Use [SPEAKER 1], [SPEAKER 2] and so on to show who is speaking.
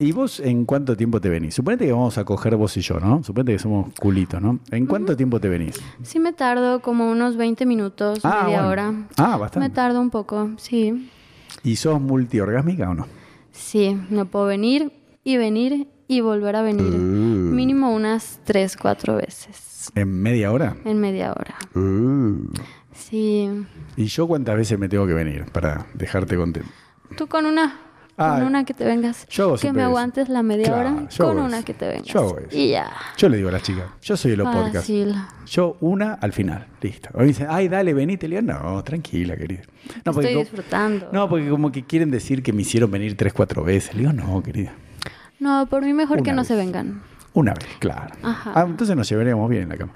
[SPEAKER 1] ¿Y vos en cuánto tiempo te venís? Suponete que vamos a coger vos y yo, ¿no? Suponete que somos culito, ¿no? ¿En cuánto tiempo te venís?
[SPEAKER 2] Sí me tardo como unos 20 minutos,
[SPEAKER 1] Ah,
[SPEAKER 2] media
[SPEAKER 1] bueno.
[SPEAKER 2] hora.
[SPEAKER 1] Ah,
[SPEAKER 2] Me
[SPEAKER 1] bastante.
[SPEAKER 2] tardo un poco, sí.
[SPEAKER 1] ¿Y sos multiorgásmica o no?
[SPEAKER 2] Sí, no puedo venir y venir y volver a venir.
[SPEAKER 1] Mm.
[SPEAKER 2] Mínimo unas 3, 4 veces
[SPEAKER 1] ¿En media hora?
[SPEAKER 2] en media hora. Uh. Sí.
[SPEAKER 1] ¿Y yo cuántas veces me tengo que venir para dejarte contento?
[SPEAKER 2] Tú con una,
[SPEAKER 1] Ah,
[SPEAKER 2] con una que te vengas.
[SPEAKER 1] yo hago
[SPEAKER 2] que
[SPEAKER 1] siempre
[SPEAKER 2] me
[SPEAKER 1] eso.
[SPEAKER 2] aguantes la media
[SPEAKER 1] Claro,
[SPEAKER 2] hora
[SPEAKER 1] yo
[SPEAKER 2] con
[SPEAKER 1] hago
[SPEAKER 2] una
[SPEAKER 1] eso.
[SPEAKER 2] que te vengas.
[SPEAKER 1] Yo hago eso.
[SPEAKER 2] Y ya. Ah,
[SPEAKER 1] Yo le digo a las chicas, yo soy de los podcasts.
[SPEAKER 2] Fácil.
[SPEAKER 1] Yo una al final, listo. A mí dicen, ay, dale, venite, le digo, no, tranquila, querida. No,
[SPEAKER 2] Estoy
[SPEAKER 1] co-
[SPEAKER 2] disfrutando.
[SPEAKER 1] No, porque como que quieren decir que me hicieron venir tres, cuatro veces. Le digo, no, querida.
[SPEAKER 2] No, por mí mejor
[SPEAKER 1] Una
[SPEAKER 2] que no
[SPEAKER 1] vez.
[SPEAKER 2] se vengan.
[SPEAKER 1] Una vez, claro.
[SPEAKER 2] Ajá.
[SPEAKER 1] Ah, entonces nos llevaríamos bien en la cama.